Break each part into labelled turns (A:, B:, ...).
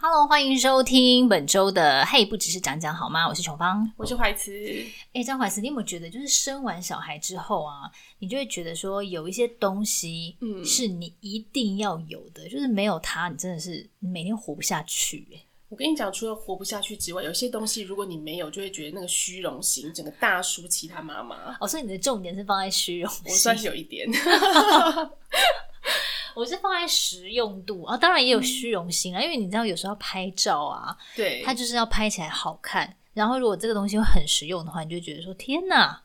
A: Hello，欢迎收听本周的《嘿，不只是讲讲好吗》，我是琼芳。
B: 我是怀慈，
A: 哎，张怀慈，你有没有觉得，就是生完小孩之后啊，你就会觉得说有一些东西，
B: 嗯
A: 是你一定要有的，就是没有它，你真的是你每天活不下去、哎
B: 我跟你讲，除了活不下去之外，有些东西如果你没有，就会觉得那个虚荣心整个大叔其他妈妈。
A: 哦，所以你的重点是放在虚荣
B: 我
A: 心
B: 算，是有一点，
A: 我是放在实用度啊、当然也有虚荣心啊，因为你知道有时候拍照啊，
B: 对，
A: 它就是要拍起来好看。然后，如果这个东西会很实用的话，你就觉得说天哪，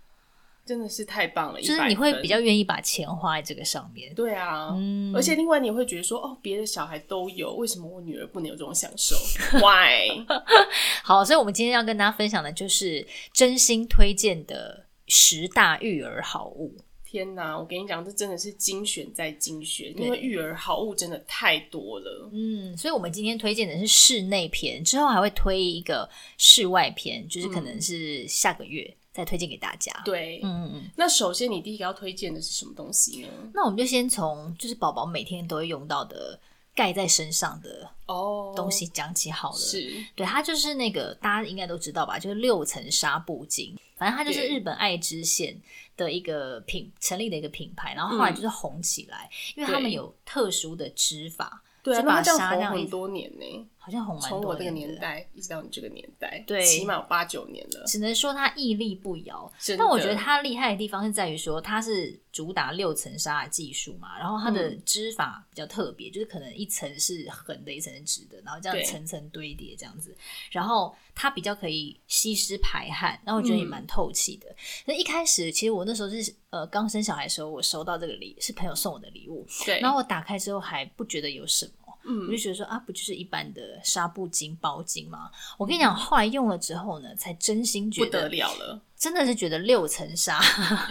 B: 真的是太棒了，
A: 就是
B: 100
A: 你会
B: 分
A: 比较愿意把钱花在这个上面。
B: 对啊，
A: 嗯
B: 而且另外你也会觉得说，哦，别的小孩都有，为什么我女儿不能有这种享受？Why？
A: 好，所以我们今天要跟大家分享的就是真心推荐的十大育儿好物。
B: 天哪，我跟你讲，这真的是精选再精选，
A: 对
B: 因为育儿好物真的太多了。
A: 嗯，所以我们今天推荐的是室内篇，之后还会推一个室外篇，就是可能是下个月再推荐给大家。
B: 对，
A: 嗯，嗯嗯。
B: 那首先你第一个要推荐的是什么东西呢？
A: 那我们就先从就是宝宝每天都会用到的盖在身上的
B: 哦，
A: 东西讲起好了。
B: 是
A: 对，它就是那个大家应该都知道吧，就是六层纱布巾，反正它就是
B: 对
A: 日本爱知县的一个品成立的一个品牌，然后后来就是红起来，因为他们
B: 嗯对
A: 有特殊的织法，
B: 对啊，
A: 就
B: 那
A: 把
B: 它这
A: 沙
B: 样
A: 这样
B: 红
A: 一
B: 很
A: 直
B: 多年呢，
A: 好像红蛮
B: 从我
A: 多
B: 这个年
A: 的。
B: 代一直到你这个年代，
A: 对
B: 起码有八九年了。
A: 只能说它屹立不摇，
B: 真的
A: 但我觉得它厉害的地方是在于说，它是主打六层纱的技术嘛，然后它的
B: 嗯
A: 织法比较特别，就是可能一层是横的，一层是直的，然后这样
B: 对
A: 层层堆叠这样子，然后它比较可以吸湿排汗，然后我觉得
B: 嗯
A: 也蛮透气的。那、一开始其实我那时候是呃刚生小孩的时候，我收到这个礼是朋友送我的礼物，
B: 对，
A: 然后我打开之后还不觉得有什么。我就
B: 嗯，
A: 觉得说啊，不就是一般的纱布巾、包巾吗？我跟你讲，后来用了之后呢，才真心觉
B: 嗯不
A: 得
B: 得了了。
A: 真的是觉得六层纱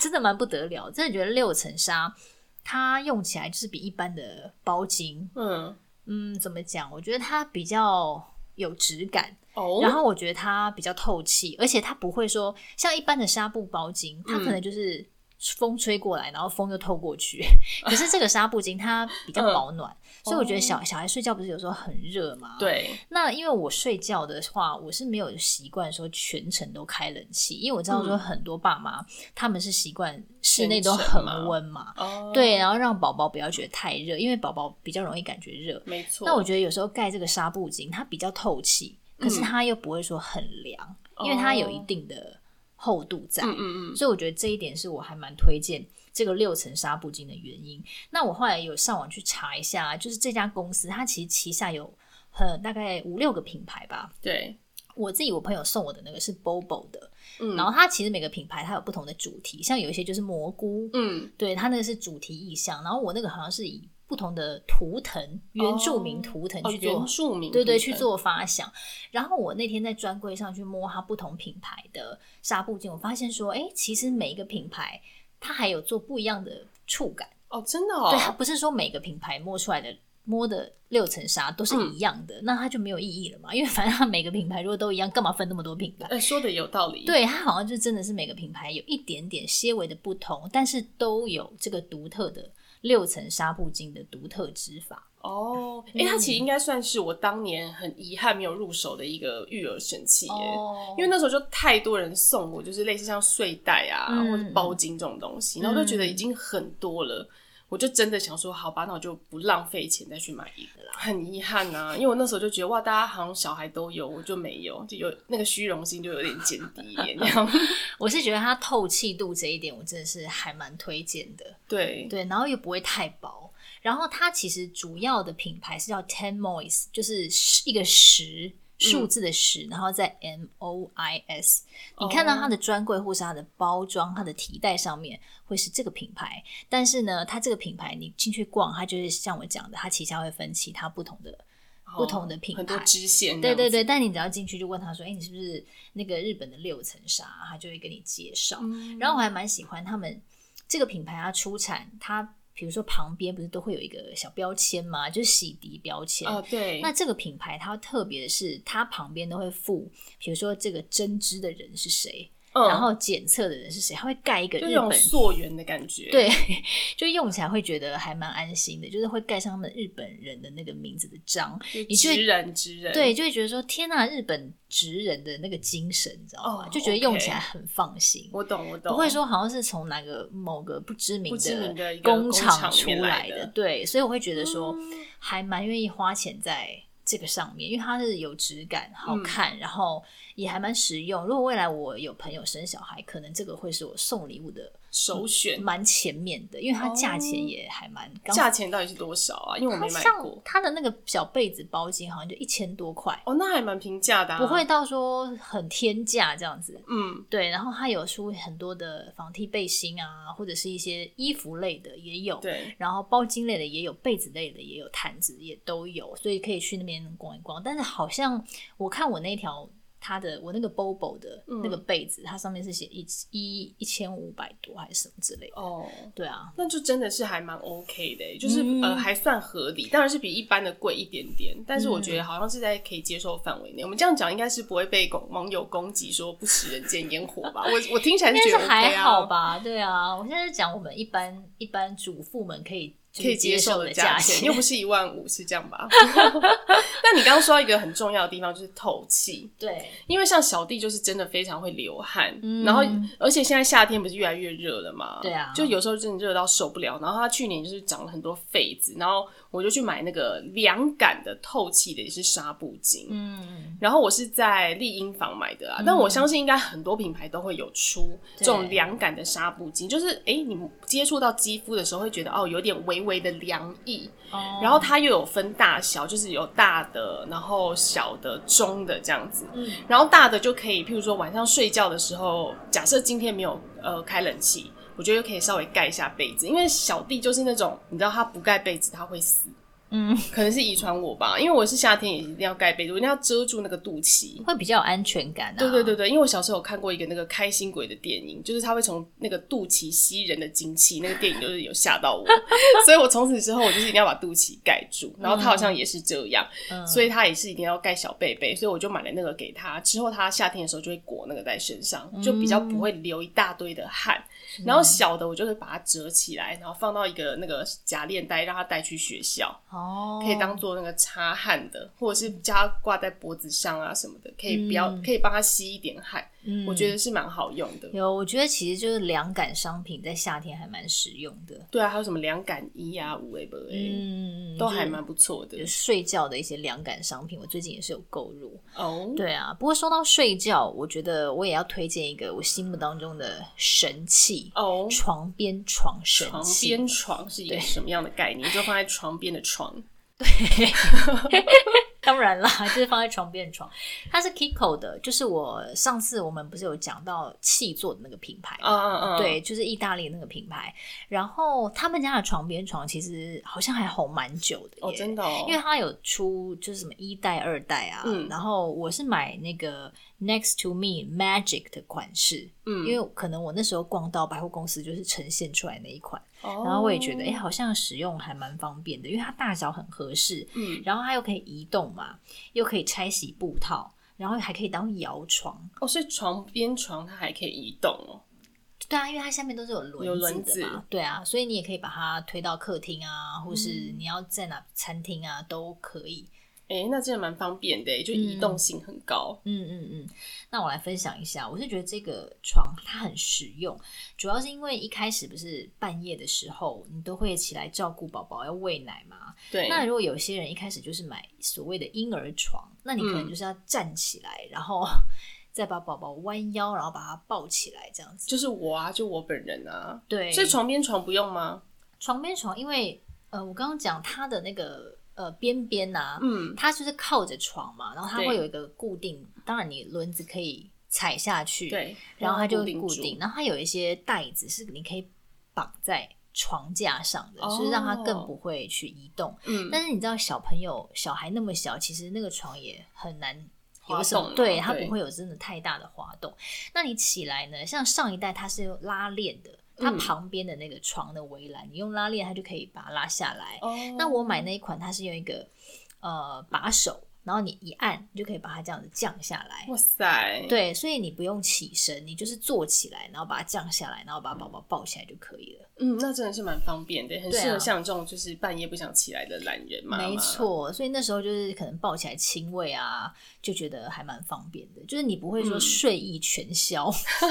A: 真的蛮不得了，真的觉得六层纱它用起来就是比一般的包巾，
B: 嗯，
A: 嗯，怎么讲？我觉得它比较有质感，
B: 哦，
A: 然后我觉得它比较透气，而且它不会说像一般的纱布包巾，它
B: 嗯
A: 可能就是风吹过来，然后风又透过 去。可是这个纱布巾它比
B: 嗯
A: 较保暖，所以我觉得
B: 哦
A: 小小孩睡觉不是有时候很热吗？。
B: 对，
A: 那因为我睡觉的话，我是没有习惯说全程都开冷气，因为我知道说
B: 嗯
A: 很多爸妈、他们是习惯室内
B: 全
A: 都
B: 程
A: 很
B: 嘛
A: 温嘛，
B: 哦，
A: 对，，然后让宝宝不要觉得太热，因为宝宝比较容易感觉热。
B: 没错。
A: 那我觉得有时候盖这个纱布巾，它比较透气，可是
B: 嗯哦
A: 它又不会说很凉，因为它有一定的厚度在。
B: 嗯嗯嗯，
A: 所以我觉得这一点是我还蛮推荐这个六层纱布巾的原因。那我后来有上网去查一下，就是这家公司它其实旗下有很大概五六个品牌吧。
B: 对，
A: 我自己我朋友送我的那个是 Bobo 的，
B: 嗯，
A: 然后它其实每个品牌它有不同的主题，像有一些就是蘑菇，
B: 嗯，
A: 对，它那个是主题意象，然后我那个好像是以不同的图腾，原住民图腾
B: 哦，
A: 去做
B: 原住民
A: 对对，
B: 部分
A: 去，做发想。然后我那天在专柜上去摸它不同品牌的纱布巾，我发现说，哎，其实每一个品牌它还有做不一样的触感，
B: 哦，真的哦，
A: 对，它不是说每个品牌摸出来的。摸的六层纱都是一样的，那它就没有意义了嘛？因为反正它每个品牌如果都一样，干嘛分那么多品牌？
B: 哎，说的有道理，，
A: 对，它好像就真的是每个品牌有一点点些微的不同，但是都有这个独特的六层纱布巾的独特织法。
B: 哦，哎，它
A: 嗯
B: 其实应该算是我当年很遗憾没有入手的一个育儿神器耶。
A: 哦
B: 因为那时候就太多人送我，就是类似像睡袋啊、
A: 嗯
B: 或者包巾这种东西，然后就觉得已经很多了。我就真的想说，好吧，那我就不浪费钱再去买一个啦。很遗憾啊，因为我那时候就觉得哇，大家好像小孩都有，我就没有，就有那个虚荣心就有点减低一点。这样
A: 我是觉得它透气度这一点，我真的是还蛮推荐的。
B: 对，
A: 对，然后又不会太薄。然后它其实主要的品牌是叫 Ten Moist，就是十一个十数字的十，然后在 M O I S。你看到它的专柜或是它的包装、它的提袋上面会是这个品牌，但是呢，它这个品牌你进去逛，它就是像我讲的，它旗下会分其他不同的不同的品牌
B: 很多支线。
A: 对对，对，但你只要进去就问他说：“哎、你是不是那个日本的六层纱？”他就会跟你介绍。然
B: 嗯
A: 后我还蛮喜欢他们这个品牌，它出产它比如说旁边不是都会有一个小标签嘛，就是洗涤标签。
B: 啊、对，
A: 那这个品牌它特别的是，它旁边都会附，比如说这个针织的人是谁，
B: 嗯
A: 然后检测的人是谁，他会盖一个
B: 就
A: 日
B: 有
A: 本
B: 种溯源的感觉。，
A: 对， 就用起来会觉得还蛮安心的，就是会盖上他们日本人的那个名字的章，你就会
B: 直人直人。
A: 对，就会觉得说天呐，日本职人的那个精神，你知道吗
B: 哦
A: 就觉得
B: OK
A: 用起来很放心。
B: 我懂，我懂。
A: 不会说好像是从哪个某个不知名
B: 不知名的一个
A: 工
B: 工厂
A: 出
B: 里面来的嗯
A: 的，对，所以我会觉得说还蛮愿意花钱在这个上面，因为它是有质感、好
B: 嗯
A: 看，然后也还蛮实用。如果未来我有朋友生小孩，可能这个会是我送礼物的
B: 首选，
A: 蛮前面的，因为它价
B: 哦
A: 钱也还蛮高。
B: 价钱到底是多少啊？因为我
A: 它
B: 没买
A: 像
B: 过。
A: 它的那个小被子包巾好像就一千多块，
B: 哦，那还蛮平价的、啊。
A: 不会，到说很天价这样子。
B: 嗯，
A: 对，然后它有出很多的防踢背心啊，或者是一些衣服类的也有，
B: 对，
A: 然后包巾类的也有，被子类的也有，毯子也都有，所以可以去那边逛一逛。但是好像我看我那条它的我那个 Bobo 的那
B: 嗯
A: 个被子，它上面是写一一一千五百多还是什么之类的。
B: 哦。
A: 对啊，
B: 那就真的是还蛮 OK 的欸、就是、
A: 嗯
B: 呃还算合理，当然是比一般的贵一点点，但是我
A: 嗯
B: 觉得好像是在可以接受范围内。我们这样讲应该是不会被攻网友攻击说不食人间烟火 吧？我我听起来
A: 应该
B: 是觉
A: 是
B: 得 OK 啊，
A: 还好吧？对啊，我现在是讲我们一般一般主妇们可以就是
B: 可以接
A: 接
B: 受
A: 的
B: 的价
A: 钱，
B: 又不是一万五，是这样 吧？ 那你刚刚说到一个很重要的地方就是透气，
A: 对，
B: 因为像小弟就是真的非常会流汗，
A: 嗯
B: 然后而且现在夏天不是越来越热了嘛，
A: 对啊
B: 就有时候真的热到受不了。然后他去年就是长了很多痱子，然后我就去买那个凉感的透气的，也是纱布巾。
A: 嗯，
B: 然后我是在丽婴房买的啊，但我相信应该很多品牌都会有出这种凉感的纱布巾，就是哎，诶你接触到肌肤的时候会觉得哦，有点微微的凉意，
A: 哦
B: 然后它又有分大小，就是有大的，然后小的、中的这样子。
A: 嗯
B: 然后大的就可以，譬如说晚上睡觉的时候，假设今天没有呃开冷气，我觉得就可以稍微盖一下被子，因为小弟就是那种你知道他不盖被子他会死，
A: 嗯，
B: 可能是遗传我吧，因为我是夏天也一定要盖被子，我一定要遮住那个肚脐。
A: 会比较有安全感啊。
B: 对对对对，因为我小时候有看过一个那个开心鬼的电影，就是他会从那个肚脐吸人的精气，那个电影就是有吓到我，所以我从此之后我就是一定要把肚脐盖住，然后他好像也是这样，
A: 嗯，
B: 所以他也是一定要盖小被被，所以我就买了那个给他。之后他夏天的时候就会裹那个在身上，就比较不会流一大堆的汗。然后小的我就会把它折起来，然后放到一个那个假链带，让他带去学校，
A: 哦，
B: 可以当做那个擦汗的，或者是叫他挂在脖子上啊什么的，可以不要，
A: 嗯
B: 可以帮他吸一点汗。
A: 嗯
B: 我觉得是蛮好用的。
A: 有，我觉得其实就是凉感商品在夏天还蛮实用的，
B: 对啊，还有什么凉感衣啊、五 A 不 A，
A: 嗯，
B: 都
A: 就是
B: 还蛮不错的
A: 有睡觉的一些凉感商品，我最近也是有购入。
B: 哦。
A: 对啊，不过说到睡觉，我觉得我也要推荐一个我心目当中的神器
B: 哦
A: ——，床边床神
B: 床
A: 器。
B: 边床是一个什么样的概念？就放在床边的床。
A: 当然啦， 就是放在床边的床，它是 Kiko 的，就是我上次我们不是有讲到气做的那个品牌
B: 啊啊啊！
A: 对，就是意大利那个品牌。然后他们家的床边床其实好像还红蛮久的
B: 哦，
A: 耶
B: 真的哦，
A: 因为它有出就是什么一代、二代啊，
B: 嗯
A: 然后我是买那个 Next to Me Magic 的款式，
B: 嗯
A: 因为可能我那时候逛到百货公司就是呈现出来那一款，
B: 哦
A: 然后我也觉得哎、诶好像使用还蛮方便的，因为它大小很合适，
B: 嗯，
A: 然后它又可以移动嘛，又可以拆洗布套，然后还可以当摇床，
B: 哦，所以床边床它还可以移动哦，
A: 对啊，因为它下面都是有
B: 有
A: 轮
B: 轮
A: 子的嘛，对啊，所以你也可以把它推到客厅啊，或是
B: 嗯
A: 你要在哪餐厅啊都可以。
B: 哎、那真的蛮方便的，欸就移动性很高。
A: 嗯嗯嗯，那我来分享一下，我是觉得这个床它很实用，主要是因为一开始不是半夜的时候，你都会起来照顾宝宝要喂奶嘛。
B: 对，
A: 那如果有些人一开始就是买所谓的婴儿床，那你可能
B: 嗯
A: 就是要站起来，然后 再把宝宝弯腰，然后把它抱起来这样子。
B: 就是我啊，就我本人啊，
A: 对，
B: 所以床边床不用吗？
A: 床边床，因为呃，我刚刚讲它的那个呃边边呐，
B: 嗯，
A: 它就是靠着床嘛，然后它
B: 对
A: 会有一个固定，当然你轮子可以踩下去，，
B: 对，
A: 然后它就
B: 固
A: 会
B: 定
A: 固
B: 住
A: 定，，然后它有一些带子是你可以绑在床架上的，
B: 哦
A: 就是让它更不会去移动。
B: 嗯，
A: 但是你知道小朋友小孩那么小，其实那个床也很难。有什
B: 滑
A: 么？
B: 动啊
A: 对，它
B: 对
A: 不会有真的太大的滑动。那你起来呢？像上一代它是用拉链的，它
B: 嗯
A: 旁边的那个床的围栏，你用拉链它就可以把它拉下来。
B: 哦，
A: 那我买那一款，它是用一个呃把手，然后你一按，你就可以把它这样子降下来。
B: 哇塞，
A: 对，所以你不用起身，你就是坐起来，然后把它降下来，然后把宝宝抱起来就可以了。
B: 嗯，那真的是蛮方便的，很适
A: 对
B: 合
A: 啊
B: 像这种就是半夜不想起来的懒人妈妈。
A: 没，错，所以那时候就是可能抱起来亲喂啊，就觉得还蛮方便的，就是你不会说
B: 嗯
A: 睡意全消，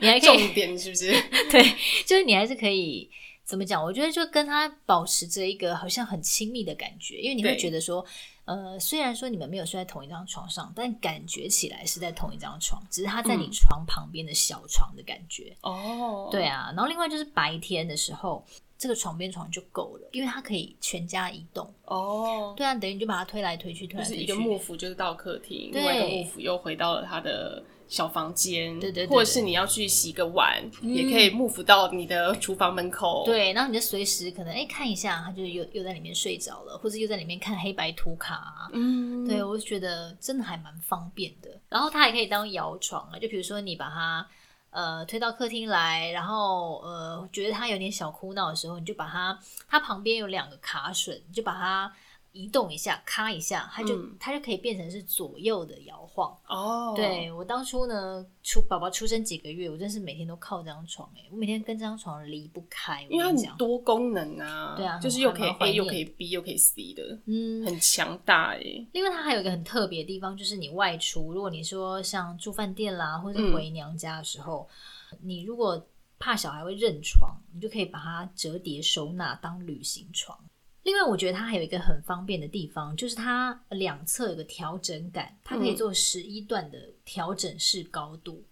A: 你还可以
B: 重点是 不是？
A: 对，就是你还是可以怎么讲？我觉得就跟他保持着一个好像很亲密的感觉，因为你会
B: 对
A: 觉得说，呃，虽然说你们没有睡在同一张床上，但感觉起来是在同一张床，只是他在你
B: 嗯
A: 床旁边的小床的感觉。
B: 哦，
A: 对，啊，然后另外就是白天的时候。这个床边床就够了，因为它可以全家移动。
B: 哦，
A: 对啊，等于你就把它推来推去，推
B: 就
A: 来
B: 是
A: 推去。
B: 一个幕府就是到客厅，
A: 啊对
B: 另外一个幕府又回到了他的小房间，
A: 对对对对嗯
B: 或者是你要去洗个碗，也可以幕府到你的厨房门口，，
A: 对，然后你就随时可能哎看一下，他就又又在里面睡着了，或者又在里面看黑白图卡、啊。
B: 嗯，
A: 对，我就觉得真的还蛮方便的。然后它还可以当摇床啊，就比如说你把它呃推到客厅来，然后呃觉得它有点小哭闹的时候，你就把它它旁边有两个卡榫，你就把它移动一下，咔一下，它就、
B: 嗯
A: 它就可以变成是左右的摇晃。
B: 哦，
A: 对我当初呢，出宝宝出生几个月，我真是每天都靠这张床、欸，我每天跟这张床离不开。我
B: 因为它
A: 跟你
B: 很
A: 讲，
B: 多功能啊，
A: 对啊
B: 就是又可以
A: 还蛮怀
B: A
A: 念
B: 又可以 B 又可以 C 的，
A: 嗯，
B: 很强大哎，
A: 另外，它还有一个很特别的地方，就是你外出，如果你说像住饭店啦，或者回娘家的时候，你如果怕小孩会认床，你就可以把它折叠收纳当旅行床。另外，我觉得它还有一个很方便的地方，就是它两侧有个调整杆，它可以做十一段的调整式高度，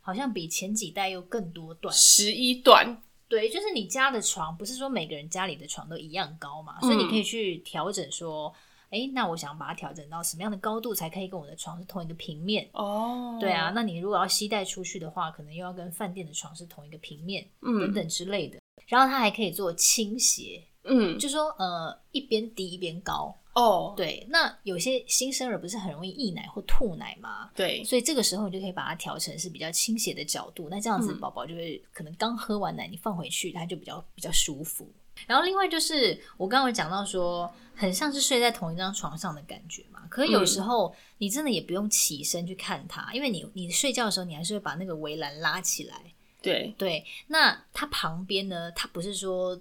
A: 好像比前几代又更多段。
B: 十一段，
A: 对，就是你家的床，不是说每个人家里的床都一样高嘛，所以你可以
B: 嗯
A: 去调整说，哎，那我想把它调整到什么样的高度才可以跟我的床是同一个平面？
B: 哦，
A: 对啊，，那你如果要吸带出去的话，可能又要跟饭店的床是同一个平面，等
B: 嗯
A: 等之类的。然后它还可以做倾斜，
B: 嗯，
A: 就说呃一边低一边高。
B: 哦，
A: 对，那有些新生儿不是很容易溢奶或吐奶吗？
B: 对，
A: 所以这个时候你就可以把它调成是比较倾斜的角度，那这样子
B: 嗯
A: 宝宝就会可能刚喝完奶，你放回去它就比较比较舒服。然后另外就是我刚刚有讲到说，很像是睡在同一张床上的感觉嘛。可是
B: 嗯
A: 有时候你真的也不用起身去看它，因为你你睡觉的时候你还是会把那个围栏拉起来。
B: 对，
A: 对，那它旁边呢，它不是说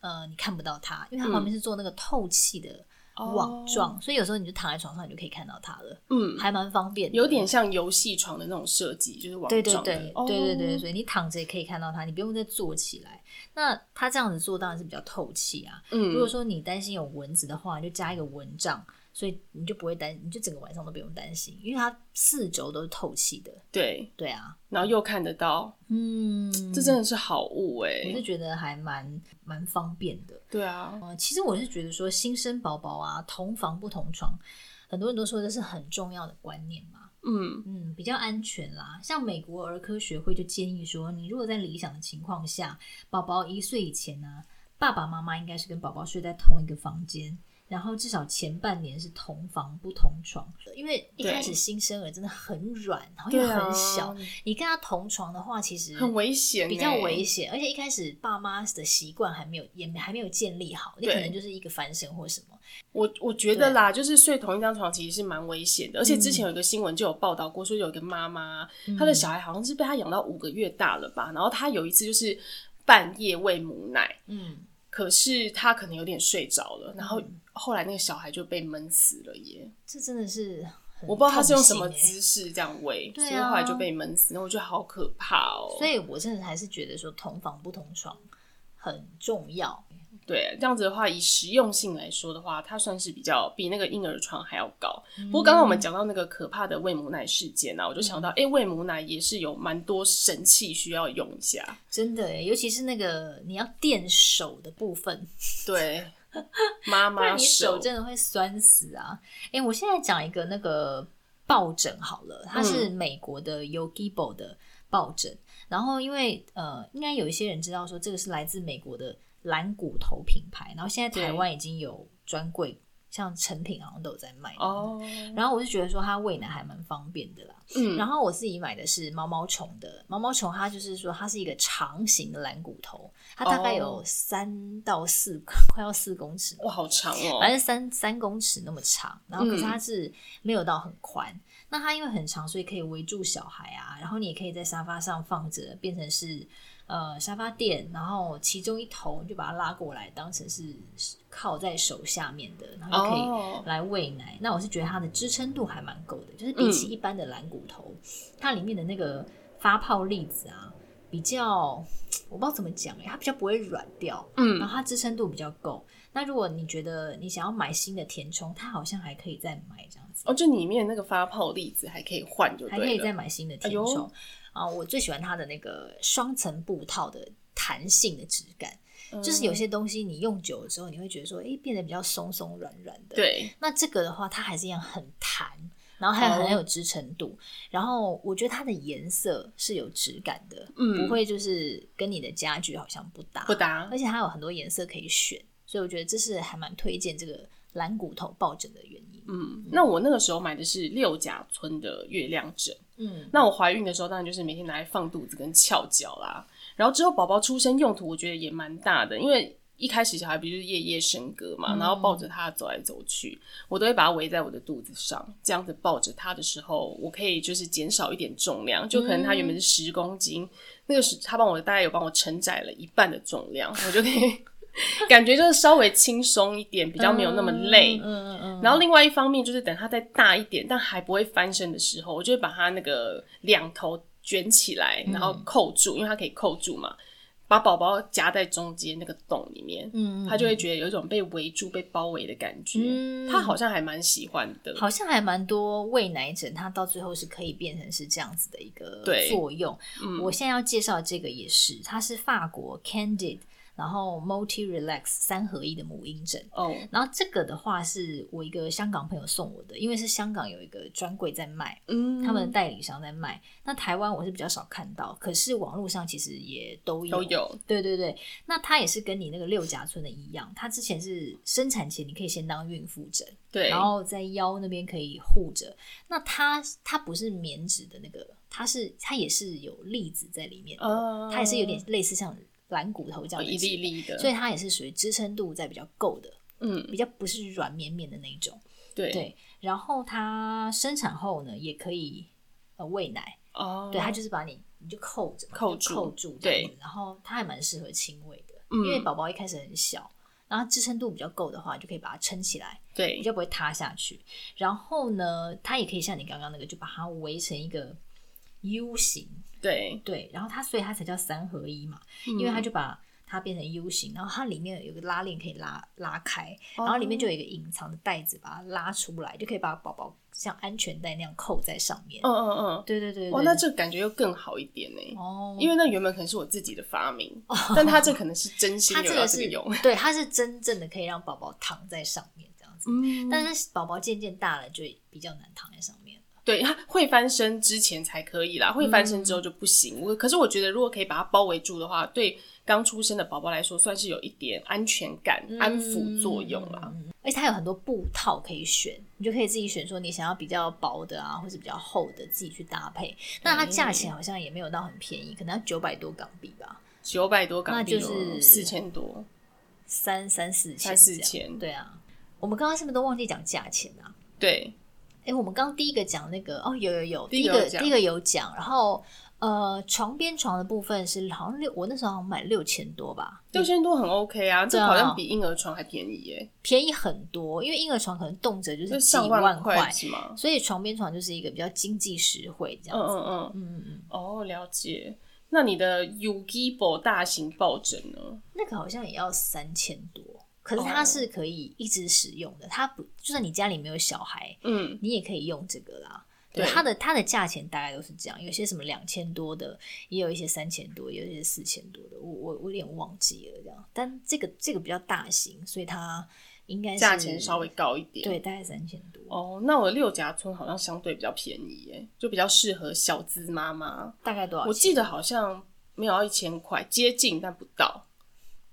A: 呃你看不到它，因为它
B: 嗯
A: 旁边是做那个透气的网状，
B: 哦
A: 所以有时候你就躺在床上，你就可以看到它了，
B: 嗯，
A: 还蛮方便的。
B: 有点像游戏床的那种设计，就是网
A: 对对
B: 状的，
A: 对、
B: 哦
A: 对对对，所以你躺着也可以看到它，你不用再坐起来。那它这样子做当然是比较透气啊。
B: 嗯，
A: 如果说你担心有蚊子的话，你就加一个蚊帐，所以你就不会担，你就整个晚上都不用担心，因为它四周都是透气的。
B: 对，
A: 对啊，
B: 然后又看得到，
A: 嗯，
B: 这真的是好物哎、
A: 我是觉得还蛮蛮方便的。
B: 对啊，
A: 呃，其实我是觉得说新生宝宝啊，同房不同床，很多人都说这是很重要的观念嘛。
B: 嗯，
A: 嗯，比较安全啦。像美国儿科学会就建议说，你如果在理想的情况下，宝宝一岁以前呢、爸爸妈妈应该是跟宝宝睡在同一个房间，然后至少前半年是同房不同床，因为一
B: 对
A: 开始新生儿真的很软，然后又
B: 对啊，
A: 很小，你跟他同床的话，其实
B: 嗯很危险、欸
A: 比较危。险，而且一开始爸妈的习惯还没有，也还没有建立好，你
B: 对
A: 可能就是一个翻身或什么。
B: 我我觉得啦，就是睡同一张床其实是蛮危险的，而
A: 嗯
B: 且之前有一个新闻就有报道过，说有一个妈妈，她的小孩好像是被她养到五个月大了吧，然后她有一次就是半夜喂母奶，
A: 嗯，
B: 可是她可能有点睡着了，然后后来那个小孩就被闷死了耶。
A: 这真的是很
B: 我不知道他是用
A: 痛
B: 什
A: 心
B: 么
A: 欸
B: 姿势这样喂，
A: 对啊
B: 所以后来就被闷死，然后我觉得好可怕哦。
A: 所以我真的还是觉得说同房不同床很重要。
B: 对，这样子的话，以实用性来说的话，它算是比较比那个婴儿床还要高。不过刚刚
A: 嗯
B: 我们讲到那个可怕的喂母奶事件啊，我就想到，哎、喂母奶也是有蛮多神器需要用一下。
A: 真的耶，尤其是那个你要垫手的部分，
B: 对，妈
A: 不然
B: 妈
A: 你手真的会酸死啊！哎，我现在讲一个那个抱枕好了，它是美国的 Yogibo 的抱枕，然后因为呃，应该有一些人知道说这个是来自美国的蓝骨头品牌，然后现在台湾已经有专柜。像成品好像都有在卖。
B: 哦，
A: 然后我就觉得说它喂奶还蛮方便的啦。
B: 嗯，
A: 然后我自己买的是毛毛虫的，毛毛虫它就是说它是一个长形的蓝骨头，它大概有
B: 哦
A: 三到四， 快要四公尺，
B: 哇，好长哦，
A: 反正三三公尺那么长，然后可是
B: 嗯
A: 它是没有到很宽。那它因为很长，所以可以围住小孩啊，然后你也可以在沙发上放着，变成是呃沙发垫，然后其中一头你就把它拉过来，当成是靠在手下面的，然后就可以
B: 哦，
A: 来喂奶。那我是觉得它的支撑度还蛮够的，就是比起
B: 嗯
A: 一般的蓝骨头，它里面的那个发泡粒子啊，比较我不知道怎么讲、欸，它比较不会软掉，然
B: 嗯，
A: 后它支撑度比较够。那如果你觉得你想要买新的填充，它好像还可以再买这样子，
B: 哦，就里面那个发泡粒子还可以换，就
A: 还可以
B: 对
A: 再
B: 了。
A: 买新的填
B: 哎呦
A: 充。啊，我最喜欢它的那个双层布套的弹性的质感，
B: 嗯
A: 就是有些东西你用久了之后，你会觉得说，哎，变得比较松松软软的。
B: 嗯对，
A: 那这个的话，它还是一样很弹，然后还有
B: 哦
A: 很有支撑度。然后我觉得它的颜色是有质感的，
B: 嗯
A: 不会就是跟你的家具好像不搭，
B: 不搭
A: 而且它有很多颜色可以选，所以我觉得这是还蛮推荐这个蓝骨头抱枕的原因。
B: 嗯，那我那个时候买的是六甲村的月亮枕。
A: 嗯，
B: 那我怀孕的时候，当然就是每天拿来放肚子跟翘脚啦。然后之后宝宝出生用途，我觉得也蛮大的，因为一开始小孩不就是夜夜笙歌嘛，然后抱着他走来走去，我都会把它围在我的肚子上，这样子抱着他的时候，我可以就是减少一点重量，就可能他原本是十公斤，那个是他帮我大概有帮我承载了一半的重量，我就可以 感觉就是稍微轻松一点，比较没有那么累。
A: 嗯嗯嗯，
B: 然后另外一方面就是等它再大一点，但还不会翻身的时候，我就会把它那个两头卷起来，然
A: 嗯
B: 后扣住，因为它可以扣住嘛，把宝宝夹在中间那个洞里面，
A: 嗯
B: 他就会觉得有一种被围住、被包围的感觉。
A: 嗯
B: 他好像还蛮喜欢的。
A: 好像还蛮多喂奶枕，它到最后是可以变成是这样子的一个
B: 对嗯
A: 作用。我现在要介绍这个也是，它是法国 Candid，然后 Multi Relax 三合一的母婴枕。
B: 哦，
A: 然后这个的话是我一个香港朋友送我的，因为是香港有一个专柜在卖，
B: 嗯，
A: 他们的代理商在卖。那台湾我是比较少看到，可是网络上其实也都有。
B: 都有，
A: 对对对，那它也是跟你那个六甲村的一样，它之前是生产前你可以先当孕妇枕，
B: 对，
A: 然后在腰那边可以护着。那它它不是棉质的那个，它是它也是有粒子在里面的，
B: 哦
A: 它也是有点类似像蓝骨头这样的
B: 哦一
A: 质
B: 粒粒的，
A: 所以它也是属于支撑度在比较够的，
B: 嗯，
A: 比较不是软绵绵的那一种。
B: 对
A: 对，然后它生产后呢，也可以呃喂奶，
B: 哦，
A: 对，它就是把你你就扣着嘛，就
B: 扣住
A: 扣住这样子
B: 对，
A: 然后它还蛮适合亲喂的，
B: 嗯
A: 因为宝宝一开始很小。然后支撑度比较够的话，就可以把它撑起来，比
B: 对，
A: 较不会塌下去。然后呢，它也可以像你刚刚那个，就把它围成一个 U 型，
B: 对，
A: 对，然后它所以它才叫三合一嘛，因
B: 嗯
A: 为它就把它变成 U 型，然后它里面有个拉链可以拉拉开，然后里
B: 哦
A: 面就有一个隐藏的袋子把它拉出来，就可以把宝宝像安全带那样扣在上面。
B: 嗯嗯嗯，
A: 对对对对，
B: 哇，那
A: 对
B: 这个感觉又更好一点呢。
A: 哦，
B: 因为那原本可能是我自己的发明，但他这可能是真心
A: 它
B: 有
A: 这
B: 要
A: 个
B: 这个
A: 是
B: 用。
A: 对，它是真正的可以让宝宝躺在上面这样子，
B: 嗯，
A: 但是宝宝渐渐大了就比较难躺在上面。
B: 对，他会翻身之前才可以啦，会翻身
A: 嗯
B: 之后就不行。我可是我觉得，如果可以把它包围住的话，对刚出生的宝宝来说，算是有一点安全感、安抚作用啦。
A: 而且它有很多布套可以选，你就可以自己选说你想要比较薄的啊，或是比较厚的，自己去搭配。那它价钱好像也没有到很便宜，可能要九百多港币吧，
B: 九百多港币
A: 那
B: 哦，
A: 就是
B: 四千多，
A: 三三四千，
B: 三四。千。
A: 对啊，我们刚刚是不是都忘记讲价钱啊？
B: 对，
A: 哎，我们刚刚第一个讲那个哦，有有有，
B: 第
A: 第
B: 一
A: 一
B: 个
A: 个
B: 有讲
A: 第一个有讲，然后呃，床边床的部分是好像六，我那时候好像买六千多吧，
B: 六千多很 OK 啊，这
A: 对啊
B: 好像比婴儿床还便宜耶，
A: 便宜很多，因为婴儿床可能动辄就是
B: 就
A: 几
B: 上
A: 万
B: 块是吗？
A: 所以床边床就是一个比较经济实惠这样
B: 嗯
A: 子。
B: 嗯嗯，
A: 嗯嗯嗯，
B: 哦，了解。那你的 Ugibo 大型抱枕呢？
A: 那个好像也要三千多，可是它是可以一直使用的，它不就算你家里没有小孩，
B: 嗯，
A: 你也可以用这个啦。对，
B: 对
A: 它的它的价钱大概都是这样，有些什么两千多的，也有一些三千多，也有一些四千多的，我我我有点忘记了这样。但这个这个比较大型，所以它应该是
B: 价钱稍微高一点。
A: 对，大概三千多，
B: 哦，那我六甲村好像相对比较便宜耶，就比较适合小资妈妈。
A: 大概多少钱？
B: 我记得好像没有要一千块，接近但不到。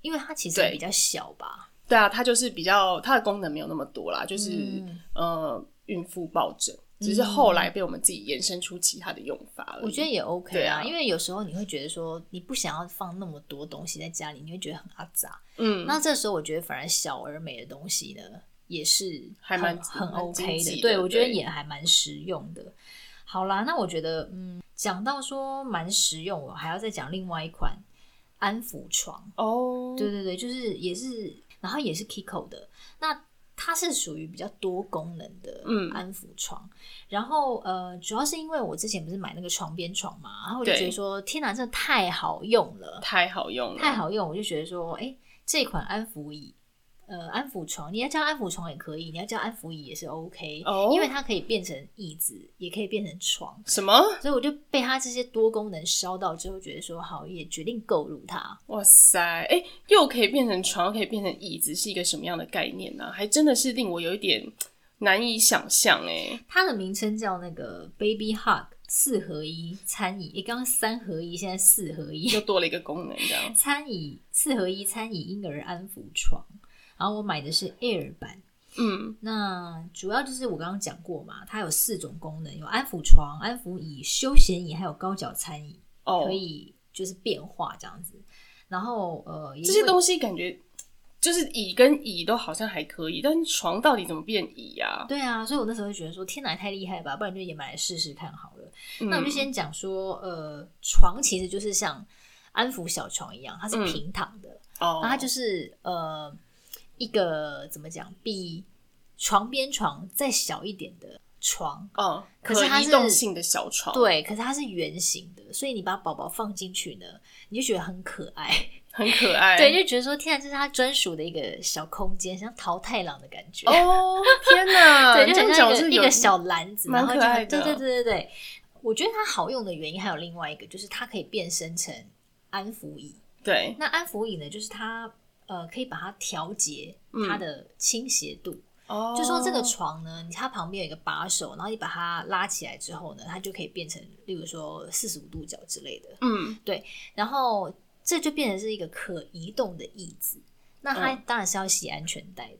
A: 因为它其实
B: 对
A: 比较小吧，
B: 对啊，它就是比较它的功能没有那么多啦，就是、
A: 嗯
B: 呃孕妇抱枕，只是后来被我们自己延伸出其他的用法了。
A: 我觉得也 OK
B: 对
A: 啊，
B: 啊
A: 因为有时候你会觉得说你不想要放那么多东西在家里，你会觉得很阿杂。
B: 嗯，
A: 那这时候我觉得反而小而美的东西呢，也是
B: 还
A: 很
B: 蛮
A: 很
B: 蛮
A: OK
B: 经济的
A: 对我觉得
B: 对
A: 也还蛮实用的。好啦，那我觉得嗯，讲到说蛮实用，我还要再讲另外一款安抚床。
B: 哦，
A: 对对对，就是也是，然后也是 Kiko 的，那它是属于比较多功能的
B: 嗯
A: 安抚床。然后呃，主要是因为我之前不是买那个床边床嘛，然后我就
B: 对
A: 觉得说，天哪，真的太好用了，
B: 太好用了，
A: 太好用，我就觉得说，哎，这款安抚椅。呃，安抚床，你要叫安抚床也可以，你要叫安抚椅也是 OK，、
B: 哦
A: 因为它可以变成椅子，也可以变成床，
B: 什么？
A: 所以我就被它这些多功能烧到之后，觉得说好，也决定购入它。
B: 哇塞，哎、又可以变成床，又可以变成椅子，是一个什么样的概念呢、还真的是令我有一点难以想象哎、
A: 它的名称叫那个 Baby Hug 四合一餐椅，诶，刚刚三合一，现在四合一
B: 又多了一个功能这样。
A: 餐椅四合一餐椅婴儿安抚床。然后我买的是 Air 版，
B: 嗯，
A: 那主要就是我刚刚讲过嘛，它有四种功能，有安抚床、安抚椅、休闲椅，还有高脚餐椅，
B: 哦
A: 可，以就是变化这样子。然后呃，
B: 这些
A: 西
B: 东西感觉就是椅跟椅都好像还可以，但是床到底怎么变椅呀、
A: 对啊，所以我那时候就觉得说，天哪，也太厉害了吧，不然就也买来试试看好了。
B: 嗯
A: 那我就先讲说，呃，床其实就是像安抚小床一样，它是
B: 嗯
A: 平躺的，然
B: 哦，
A: 后它就是呃一个怎么讲，比床边床再小一点的床，
B: 哦，
A: 可是它是
B: 移动性的小床，，
A: 对，可是它是圆形的，所以你把宝宝放进去呢，你就觉得很可爱，
B: 很可爱。
A: 对，就觉得说天啊，这是它专属的一个小空间，像桃太郎的感觉。
B: 哦，天 哪！
A: 对，就
B: 这样
A: 很
B: 讲
A: 像
B: 我
A: 一个
B: 呃是
A: 一
B: 有
A: 个小篮子，
B: 蛮
A: 然后就
B: 可爱
A: 很对
B: 的
A: 对对对对。我觉得它好用的原因还有另外一个，就是它可以变身成安抚椅。
B: 对，
A: 那安抚椅呢，就是它呃可以把它调节它的倾斜度，
B: 嗯哦，
A: 就说这个床呢，你它旁边有一个把手，然后你把它拉起来之后呢，它就可以变成，例如说四十五度角之类的，
B: 嗯，
A: 然后这就变成是一个可移动的椅子。那它
B: 嗯
A: 当然是要系安全带的。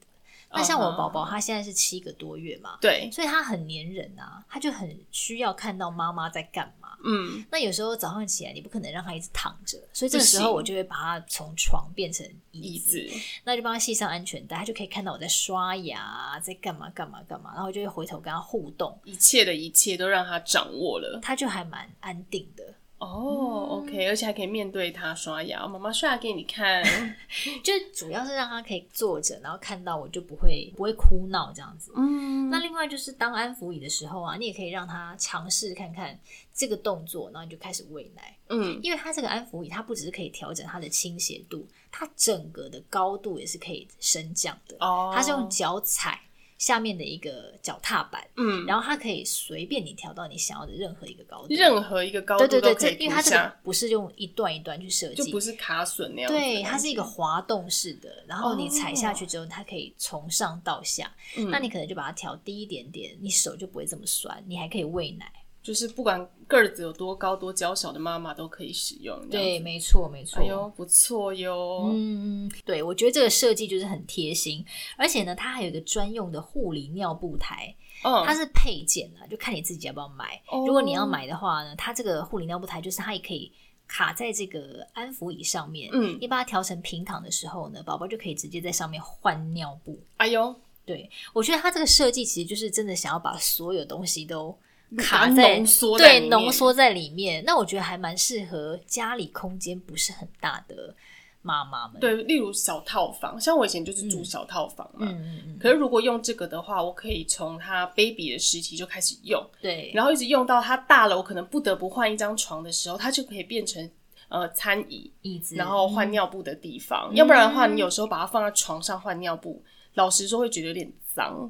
A: 那像我宝宝，他现在是七个多月嘛，
B: 对，
A: 所以他很粘人啊，他就很需要看到妈妈在干嘛。
B: 嗯，
A: 那有时候早上起来，你不可能让他一直躺着，所以这个
B: 不
A: 时
B: 行
A: 候我就会把他从床变成椅
B: 椅
A: 子，
B: 子，
A: 那就帮他系上安全带，他就可以看到我在刷牙，啊在干嘛干嘛干嘛，然后我就会回头跟他互动，
B: 一切的一切都让他掌握了。
A: 他就还蛮安定的。
B: 哦、o
A: 嗯
B: k 而且还可以面对他刷牙，哦妈妈刷牙给你 看。
A: 就主要是让他可以坐着，然后看到我就不会不会哭闹这样子。
B: 嗯，
A: 那另外就是当安抚椅的时候啊，你也可以让他尝试看看这个动作，然后你就开始喂奶。
B: 嗯，
A: 因为它这个安抚椅，它不只是可以调整它的倾斜度，它整个的高度也是可以升降的。
B: 哦，
A: 它是用脚踩下面的一个脚踏板，
B: 嗯，
A: 然后它可以随便你调到你想要的任何一个高度。
B: 任何一个高
A: 对对
B: 度都
A: 对，
B: 可
A: 这
B: 以
A: 因为
B: 铺
A: 它这个
B: 下，
A: 不是用一段一段去设
B: 就
A: 计
B: 不。是卡榫那样子的感觉。
A: 对，它是一个滑动式的，然后你踩下去之后，它可以从上到下。
B: 嗯
A: 那你可能就把它调低一点点，你手就不会这么酸，你还可以喂奶。
B: 就是不管个儿子有多高多娇小的妈妈都可以使用。这样
A: 对，
B: 子，
A: 没错，没错。
B: 哎呦，不错哟。
A: 嗯，对，我觉得这个设计就是很贴心，而且呢，它还有一个专用的护理尿布台，
B: 嗯，
A: 它是配件啊，就看你自己要不要买。
B: 哦
A: 如果你要买的话呢，它这个护理尿布台就是它也可以卡在这个安抚椅上面，
B: 嗯
A: 你把它调成平躺的时候呢，宝宝就可以直接在上面换尿布。
B: 哎呦，
A: 对我觉得它这个设计其实就是真的想要把所有东西都
B: 把
A: 卡
B: 它
A: 在
B: 浓缩在
A: 对
B: 里面
A: 浓缩在里面。那我觉得还蛮适合家里空间不是很大的妈妈们。
B: 对，例如小套房，像我以前就是住小套房嘛。
A: 嗯嗯嗯，
B: 可是如果用这个的话，我可以从他 baby 的时期就开始用，
A: 对，
B: 然后一直用到他大了，我可能不得不换一张床的时候，它就可以变成呃餐椅，
A: 椅子，
B: 然后换尿布的地方。要不然的话，你有时候把它放在床上换尿布，老实说会觉得有点 脏，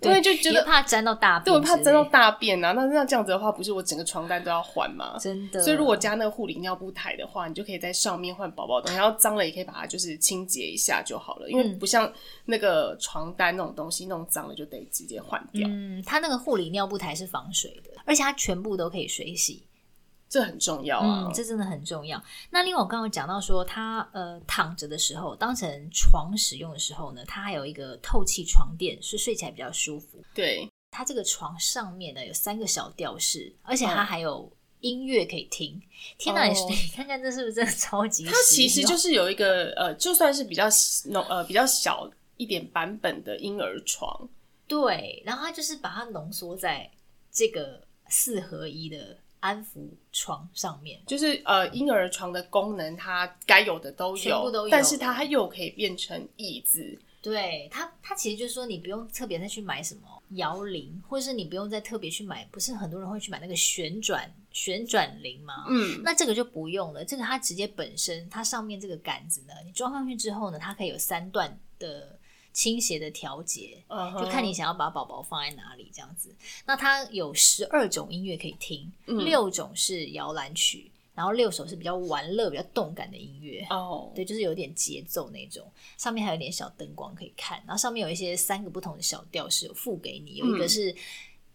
B: 对，就觉
A: 也
B: 得。
A: 怕沾到大便之
B: 对，
A: 类
B: 我
A: 的，
B: 怕沾到大便啊！那那这样子的话，不是我整个床单都要换吗？
A: 真的。
B: 所以如果加那个护理尿布台的话，你就可以在上面换宝宝的东西，然后脏了也可以把它就是清洁一下就好了，因为
A: 嗯
B: 不像那个床单那种东西弄脏了就得直接换掉。
A: 嗯嗯，它那个护理尿布台是防水的，而且它全部都可以水洗。
B: 这很重要啊。
A: 嗯，这真的很重要。那另外我刚刚有讲到说，它呃躺着的时候当成床使用的时候呢，它还有一个透气床垫，是睡起来比较舒服。
B: 对，
A: 它这个床上面呢有三个小吊饰，而且它还有音乐可以听。天哪，你
B: 哦
A: 你看看这是不是真的超级实用？
B: 它其实就是有一个呃，就算是比较浓呃比较小一点版本的婴儿床，
A: 对，然后它就是把它浓缩在这个四合一的安抚床上面。
B: 就是呃婴儿床的功能它该有的都
A: 全部
B: 有，
A: 都有
B: 但是它又可以变成椅子，
A: 对它，它其实就是说，你不用特别再去买什么摇铃，或者是你不用再特别去买，不是很多人会去买那个旋转旋转铃吗？
B: 嗯，
A: 那这个就不用了，这个它直接本身它上面这个杆子呢，你装上去之后呢，它可以有三段的倾斜的调节，
B: 嗯哼
A: 就看你想要把宝宝放在哪里这样子。那它有十二种音乐可以听，
B: 嗯
A: 六种是摇篮曲，然后六首是比较玩乐、比较动感的音乐。
B: 哦，
A: 对，就是有点节奏那种，上面还有点小灯光可以看，然后上面有一些三个不同的小吊饰有附给你，有一个
B: 嗯
A: 是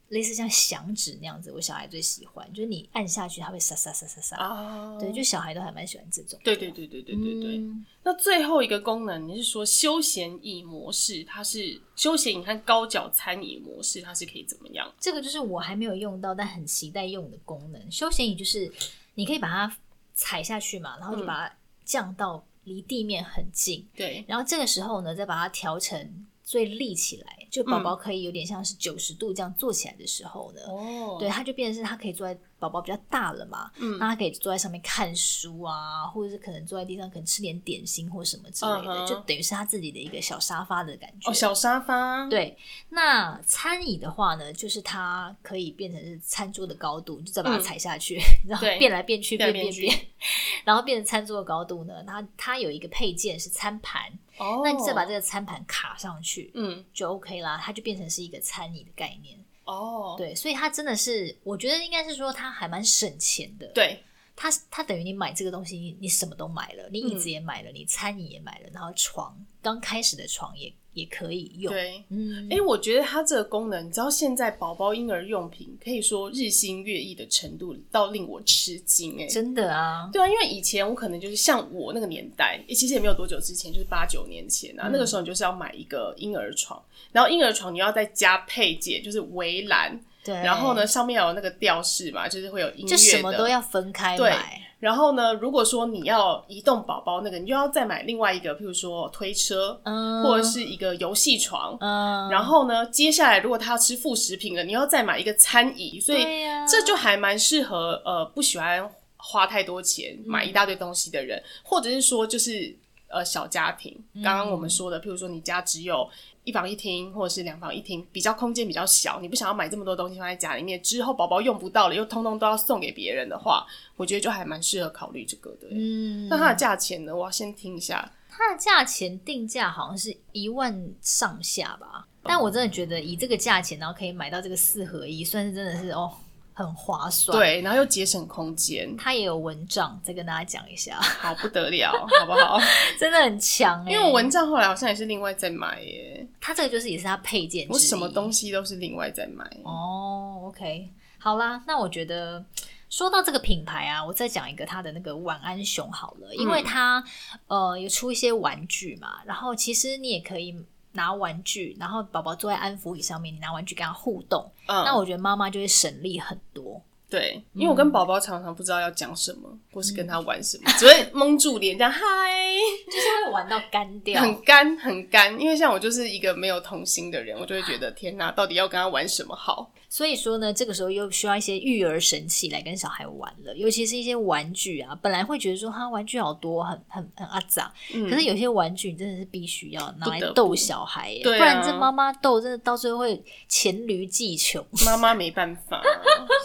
A: 类似像响指那样子，我小孩最喜欢，就是你按下去它会沙沙沙沙沙，
B: 啊，
A: 对，就小孩都还蛮喜欢这种。
B: 对对对对对对对。
A: 嗯
B: 那最后一个功能，你是说休闲椅模式，它是休闲椅和高脚餐椅模式，它是可以怎么样？
A: 这个就是我还没有用到，但很期待用的功能。休闲椅就是你可以把它踩下去嘛，然后就
B: 嗯
A: 把它降到离地面很近，
B: 对，
A: 然后这个时候呢，再把它调成最立起来，就宝宝可以有点像是九十度这样坐起来的时候呢，
B: 嗯哦
A: 对，，它就变成是它可以坐在宝宝比较大了嘛，
B: 嗯
A: 那它可以坐在上面看书啊，或者是可能坐在地上可能吃点点心或什么之类的
B: 嗯哼
A: 就等于是他自己的一个小沙发的感觉。
B: 哦，小沙发，，
A: 对，那餐椅的话呢，就是它可以变成是餐桌的高度，你就再把它
B: 嗯
A: 踩下去，然后
B: 对
A: 变来变去，
B: 变
A: 变
B: 来
A: 变
B: 变
A: 变， 然后变成餐桌的高度呢，它它有一个配件是餐盘，
B: 哦，
A: 那你再把这个餐盘卡上去，
B: 嗯，
A: 就 OK 啦，它就变成是一个餐椅的概念。
B: 哦，
A: 对，所以它真的是，我觉得应该是说它还蛮省钱的。，
B: 对
A: 它它等于你买这个东西，你你什么都买了，你椅
B: 嗯
A: 子也买了，你餐椅也买了，然后床刚开始的床也也可以用。
B: 对。
A: 嗯，
B: 哎、我觉得它这个功能，你知道现在宝宝婴儿用品可以说日新月异的程度，到令我吃惊哎、
A: 真的啊，
B: 对啊，因为以前我可能就是像我那个年代，诶其实也没有多久之前，就是八九年前啊，那个时候你就是要买一个婴儿床，然后婴儿床你要再加配件，就是围栏，
A: 对。
B: 然后呢，上面要有那个吊饰嘛，就是会有音乐的，
A: 就什么都要分开
B: 对
A: 买。
B: 然后呢，如果说你要移动宝宝那个，你就要再买另外一个，譬如说推车，
A: 嗯，
B: 或者是一个游戏床。
A: 嗯，
B: 然后呢，接下来如果他要吃副食品了，你要再买一个餐椅，所以
A: 对呀
B: 这就还蛮适合呃不喜欢花太多钱买一大堆东西的人，或者是说就是呃小家庭。刚刚我们说的，譬如说你家只有一房一厅或者是两房一厅，比较空间比较小，你不想要买这么多东西放在家里面，之后宝宝用不到了又通通都要送给别人的话，我觉得就还蛮适合考虑这个的。
A: 嗯，
B: 那它的价钱呢？我要先听一下。
A: 它的价钱定价好像是一万上下吧，但我真的觉得以这个价钱，然后可以买到这个四合一，算是真的是哦，很划算。，
B: 对，然后又节省空间，
A: 它也有蚊帐，再跟大家讲一下，
B: 好不得了，好不好？
A: 真的很强哎、
B: 因为蚊帐后来好像也是另外再买耶，
A: 它这个就是也是它配件，
B: 我什么东
A: 西？
B: 西都是另外再买。
A: 哦，OK，好啦，那我觉得。说到这个品牌啊，我再讲一个它的那个晚安熊好了，因
B: 嗯
A: 为它、呃有出一些玩具嘛，然后其实你也可以拿玩具，然后宝宝坐在安抚椅上面，你拿玩具跟他互动，
B: 嗯，
A: 那我觉得妈妈就会省力很多。
B: 对，
A: 嗯
B: 因为我跟宝宝常常不知道要讲什么，或是跟他玩什么，只会蒙住脸这样嗨，
A: 就是会玩到干掉
B: 很干很干。因为像我就是一个没有童心的人，我就会觉得天哪，到底要跟他玩什么好？
A: 所以说呢，这个时候又需要一些育儿神器来跟小孩玩了，尤其是一些玩具啊。本来会觉得说哈玩具好多，很很很阿杂，
B: 嗯
A: 可是有些玩具你真的是必须要拿来
B: 不得不
A: 逗小孩耶，
B: 对啊
A: 不然这妈妈逗真的到最后会黔驴技 穷。
B: 妈妈没办法，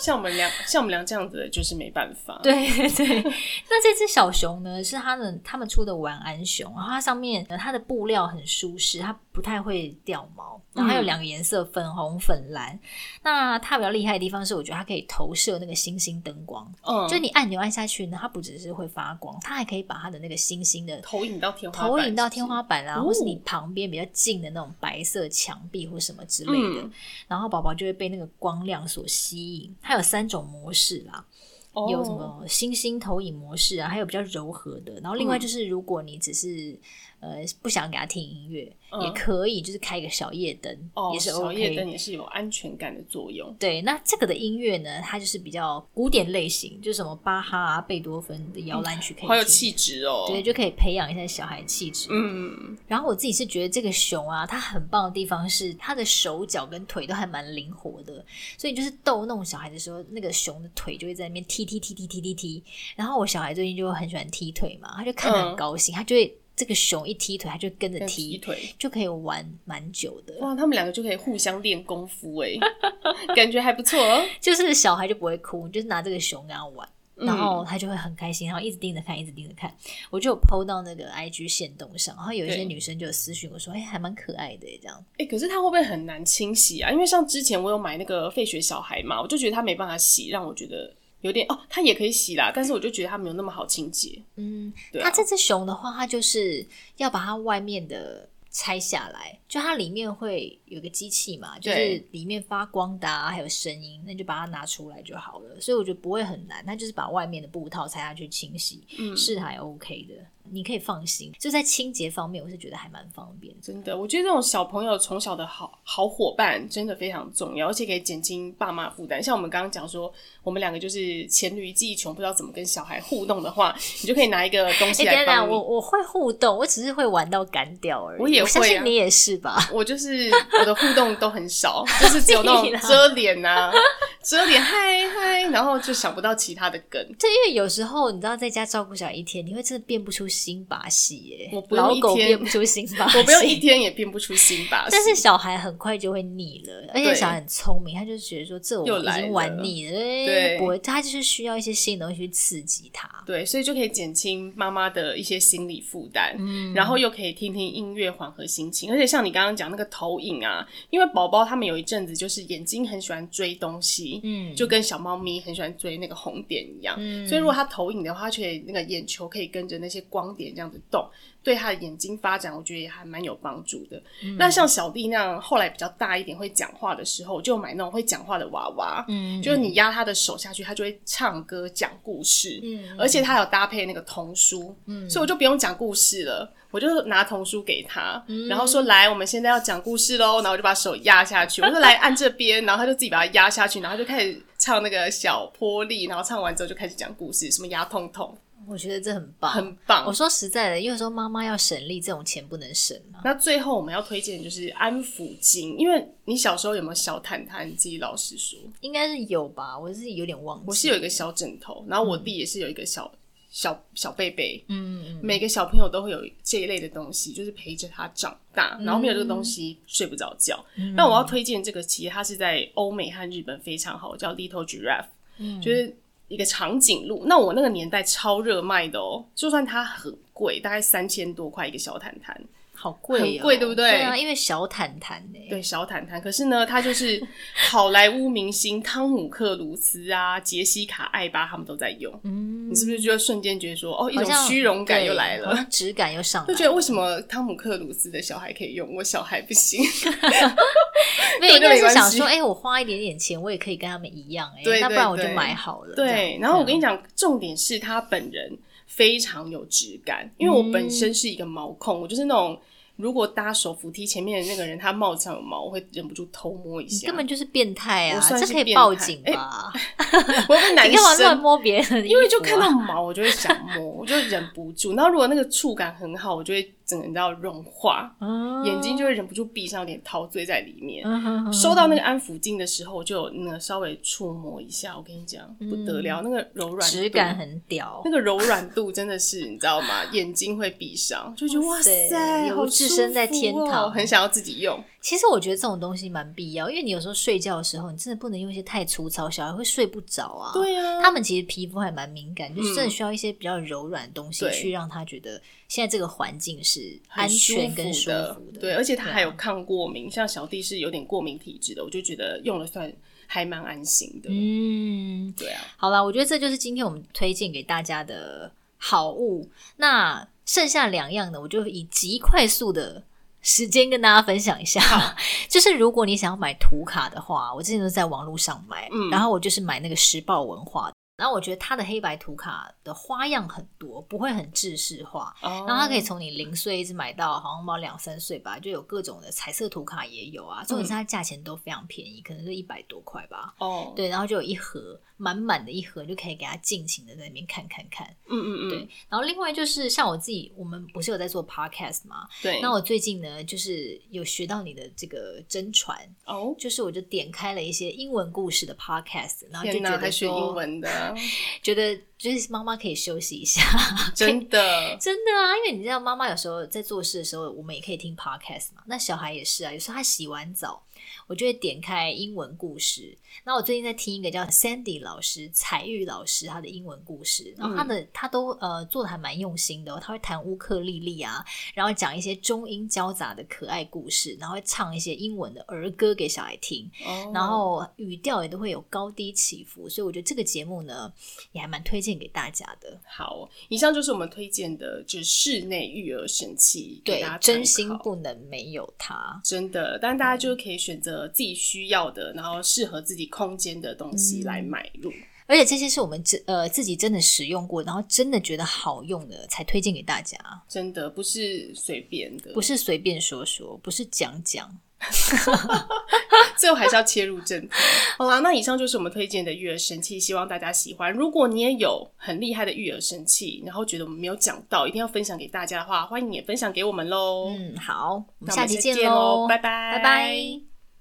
B: 像我们俩像我们俩这样子的，就是没办法。，
A: 对 对，那这只小熊呢，是他们他们出的晚安熊，然后它上面呃它的布料很舒适，它不太会掉毛，然后
B: 嗯
A: 它有两个颜色，粉红、粉蓝。那它比较厉害的地方是，我觉得它可以投射那个星星灯光，
B: 嗯，
A: 就你按钮按下去呢，它不只是会发光，它还可以把它的那个星星的。
B: 投影到天花板，
A: 投影到天花板啊，
B: 哦
A: 或是你旁边比较近的那种白色墙壁或什么之类的，
B: 嗯
A: 然后宝宝就会被那个光亮所吸引。它有三种模式啦，
B: 哦嗯
A: 有什么星星投影模式啊，还有比较柔和的。然后另外就是，如果你只是、呃不想给他听音乐，也
B: 嗯
A: 可以，就是开一个小夜灯，
B: 哦，
A: 也是
B: 小夜灯
A: OK。
B: 也是有安全感的作用。
A: 对，那这个的音乐呢，它就是比较古典类型，就是什么巴哈啊、贝多芬的摇篮曲可以听，
B: 嗯好有气质哦。
A: 对，就可以培养一下小孩气质。
B: 嗯，
A: 然后我自己是觉得这个熊啊，它很棒的地方是它的手脚跟腿都还蛮灵活的，所以就是逗弄小孩的时候，那个熊的腿就会在那边踢踢踢踢踢踢踢。然后我小孩最近就很喜欢踢腿嘛，他就看得很
B: 嗯
A: 高兴，他就会这个熊一踢腿，他就跟着
B: 跟
A: 踢，
B: 踢腿。
A: 就可以玩蛮久的。
B: 哇，他们两个就可以互相练功夫哎， 感觉还不错哦。
A: 就是小孩就不会哭，就是拿这个熊跟他玩。
B: 嗯
A: 然后他就会很开心，然后一直盯着看，一直盯着看。我就有 PO 到那个 IG 线动上，然后有一些
B: 对
A: 女生就有私讯我说：“哎、还蛮可爱的耶这样。”
B: 哎、可是它会不会很难清洗啊？因为像之前我有买那个费雪小孩嘛，我就觉得它没办法洗，让我觉得有点哦，它也可以洗啦，但是我就觉得它没有那么好清洁。
A: 嗯，
B: 对啊
A: 它这只熊的话，它就是要把它外面的拆下来，就它里面会有个机器嘛，就
B: 对
A: 是里面发光的、啊，还有声音，那你就把它拿出来就好了。所以我觉得不会很难，它就是把外面的布套拆下去清洗，
B: 嗯
A: 是还 OK 的，你可以放心。就在清洁方面，我是觉得还蛮方便。
B: 真的，我觉得这种小朋友从小的好好伙伴真的非常重要，而且可以减轻爸妈负担。像我们刚刚讲说，我们两个就是黔驴技穷，不知道怎么跟小孩互动的话，你就可以拿一个东
A: 哎、
B: 西
A: 等
B: 来
A: 一下，
B: 帮你。
A: 我我会互动，我只是会玩到干掉而已。
B: 我也
A: 相
B: 会啊
A: 信你也是吧？
B: 我就是我的互动都很少，就是只有那
A: 屁啦
B: 种遮脸啊，遮脸嗨嗨，然后就想不到其他的梗。
A: 对，因为有时候你知道，在家照顾小孩一天，你会真的变不出新把戏耶。
B: 我不用
A: 老
B: 一
A: 狗
B: 天
A: 变不出新把戏，
B: 我不用一天也变不出新把戏。
A: 但是小孩很快就会腻了，而且
B: 对
A: 小孩很聪明，他就觉得说这我
B: 又
A: 已
B: 来
A: 经
B: 了
A: 玩腻了，哎
B: 对
A: 不会，他就是需要一些新的东西去刺激他。
B: 对，所以就可以减轻妈妈的一些心理负担，嗯
A: 嗯
B: 然后又可以听听音乐缓和心情。而且像你刚刚讲那个投影啊，因为宝宝他们有一阵子就是眼睛很喜欢追东西，
A: 嗯
B: 就跟小猫咪很喜欢追那个红点一样。
A: 嗯
B: 所以如果它投影的话，它可以那个眼球可以跟着那些光点这样子动，对他的眼睛发展，我觉得也还蛮有帮助的。
A: 嗯
B: 那像小弟那样后来比较大一点会讲话的时候，我就买那种会讲话的娃娃，
A: 嗯
B: 就是你压他的手下去，他就会唱歌讲故事，
A: 嗯
B: 而且他有搭配那个童书，所以我就不用讲故事了。我就拿童书给他，
A: 嗯
B: 然后说来，我们现在要讲故事喽。然后我就把手压下去，我说来按这边，然后他就自己把它压下去，然后就开始唱那个小玻璃，然后唱完之后就开始讲故事，什么牙痛痛，
A: 我觉得这很棒。
B: 很棒。
A: 哦我说实在的，有时候妈妈要省力，这种钱不能省啊。
B: 那最后我们要推荐的就是安抚巾，因为你小时候有没有小毯毯？你自己老实说，
A: 应该是有吧，我自己有点忘记。
B: 我是有一个小枕头，然后我弟也是有一个小、小小贝贝。
A: 嗯嗯，嗯嗯
B: 每个小朋友都会有这一类的东西，就是陪着他长大，然后没有这个
A: 嗯
B: 东西睡不着觉。那我要推荐这个，其实它是在欧美和日本非常好，叫 Little Giraffe，、就是
A: 嗯
B: 一个长颈鹿。那我那个年代超热卖的哦，就算它很贵，大概三千多块一个小毯毯，
A: 好贵、哦，
B: 很贵对不对
A: 对啊，因为小毯毯呢、
B: 对小坦坦，可是呢，他就是好莱坞明星汤姆克鲁斯啊、杰西卡艾巴他们都在用，
A: 嗯，
B: 你是不是就瞬间觉得说，哦，一
A: 好
B: 种
A: 像
B: 虚荣感又
A: 对
B: 来
A: 好
B: 了？
A: 像质感又上来
B: 就
A: 了，
B: 觉得为什么汤姆克鲁斯的小孩可以用，我小孩 不行？
A: 没有，应
B: 根
A: 该
B: 本就没
A: 是想
B: 关系
A: 说，哎、我花一点点钱，我也可以跟他们一样、哎，
B: 对
A: 那不然我就
B: 对对
A: 买好了。这
B: 对
A: 样，
B: 然后我跟你
A: 嗯
B: 讲，重点是他本人非常有质感，因为我
A: 嗯
B: 本身是一个毛控，我就是那种如果搭手扶梯前面的那个人他帽子上有毛，我会忍不住偷摸一
A: 你
B: 下。
A: 根 本就是变态啊
B: 我！算
A: 这
B: 是
A: 可以
B: 变
A: 报
B: 态
A: 警
B: 哎
A: 吧？
B: 我会被男
A: 你干嘛
B: 生
A: 乱摸别人的衣服啊、
B: 因为就看到毛，我就会想摸，我就忍不住。然后如果那个触感很好，我就会整个人都要融化，
A: 嗯
B: 眼睛就会忍不住闭上，有点陶醉在里面。
A: 嗯哼哼
B: 收到那个安抚镜的时候，我就有那个稍微触摸一下，我跟你讲不得了，那个柔
A: 嗯
B: 软度嗯
A: 质感，很屌
B: 那。个柔软度真的是你知道吗？眼睛会闭上，就觉得
A: 哇
B: 哇
A: 塞
B: 塞，
A: 有
B: 好
A: 置
B: 舒
A: 身在
B: 服
A: 天
B: 哦
A: 堂
B: 很想要自己用。
A: 其实我觉得这种东西蛮必要，因为你有时候睡觉的时候，你真的不能用一些太粗糙，小孩会睡不着啊。
B: 对啊，嗯
A: 他们其实皮肤还蛮敏感，就是真的需要一些比较柔软的东西
B: 对
A: 去让他觉得现在这个环境是
B: 很
A: 安全跟
B: 舒
A: 舒
B: 服的
A: 服的。
B: 对，而且它
A: 对啊
B: 还有抗过敏，像小弟是有点过敏体质的，我就觉得用了算还蛮安心的。
A: 嗯，
B: 对啊，
A: 好啦，我觉得这就是今天我们推荐给大家的好物。那剩下两样呢，我就以极快速的时间跟大家分享一下。 就是如果你想要买图卡的话，我之前都在网络上买，
B: 嗯
A: 然后我就是买那个时报文化。然后我觉得它的黑白图卡的花样很多，不会很制式化。
B: 哦
A: 然后它可以从你零岁一直买到好像猫两三岁吧，就有各种的彩色图卡也有啊。重点是它价钱都非常便宜，可能就一百多块吧。
B: 哦，
A: 对，然后就有一盒满满的一盒，就可以给它尽情的在那边看看看。
B: 嗯嗯嗯，
A: 对，然后另外就是像我自己，我们不是有在做 podcast 吗？
B: 对，
A: 那我最近呢，就是有学到你的这个真传，
B: 哦，
A: 就是我就点开了一些英文故事的 podcast，然后就
B: 天
A: 觉
B: 哪，还
A: 得
B: 学
A: 说
B: 英 文的，
A: 觉得就是妈妈可以休息一下，
B: 真的，
A: 真的啊，因为你知道妈妈有时候在做事的时候，我们也可以听 podcast 嘛。那小孩也是啊，有时候他洗完澡，我就会点开英文故事。那我最近在听一个叫 Sandy 老师、彩玉老师他的英文故事，然后他的、他都呃做的还蛮用心的、哦，他会弹乌克丽丽啊，然后讲一些中英交杂的可爱故事，然后会唱一些英文的儿歌给小孩听。
B: 哦
A: 然后语调也都会有高低起伏，所以我觉得这个节目呢，也还蛮推荐给大家的。
B: 好，哦以上就是我们推荐的，就是室内育儿神器，给
A: 对
B: 大家，参
A: 真心
B: 考
A: 不能没有它。
B: 真的，但大家就可以选择自己需要的，然后适合自己空间的东西
A: 嗯
B: 来买入。
A: 而且这些是我们真呃自己真的使用过，然后真的觉得好用的，才推荐给大家，
B: 真的不是随便的，
A: 不是随便说说，不是讲讲。
B: 最后还是要切入 正题。好啦，那以上就是我们推荐的育儿神器，希望大家喜欢。如果你也有很厉害的育儿神器，然后觉得我们没有讲到，一定要分享给大家的话，欢迎也分享给我们喽。
A: 嗯，好，我
B: 哦
A: 们
B: 那我
A: 下
B: 们
A: 期
B: 见
A: 见喽，
B: 拜拜，
A: 拜拜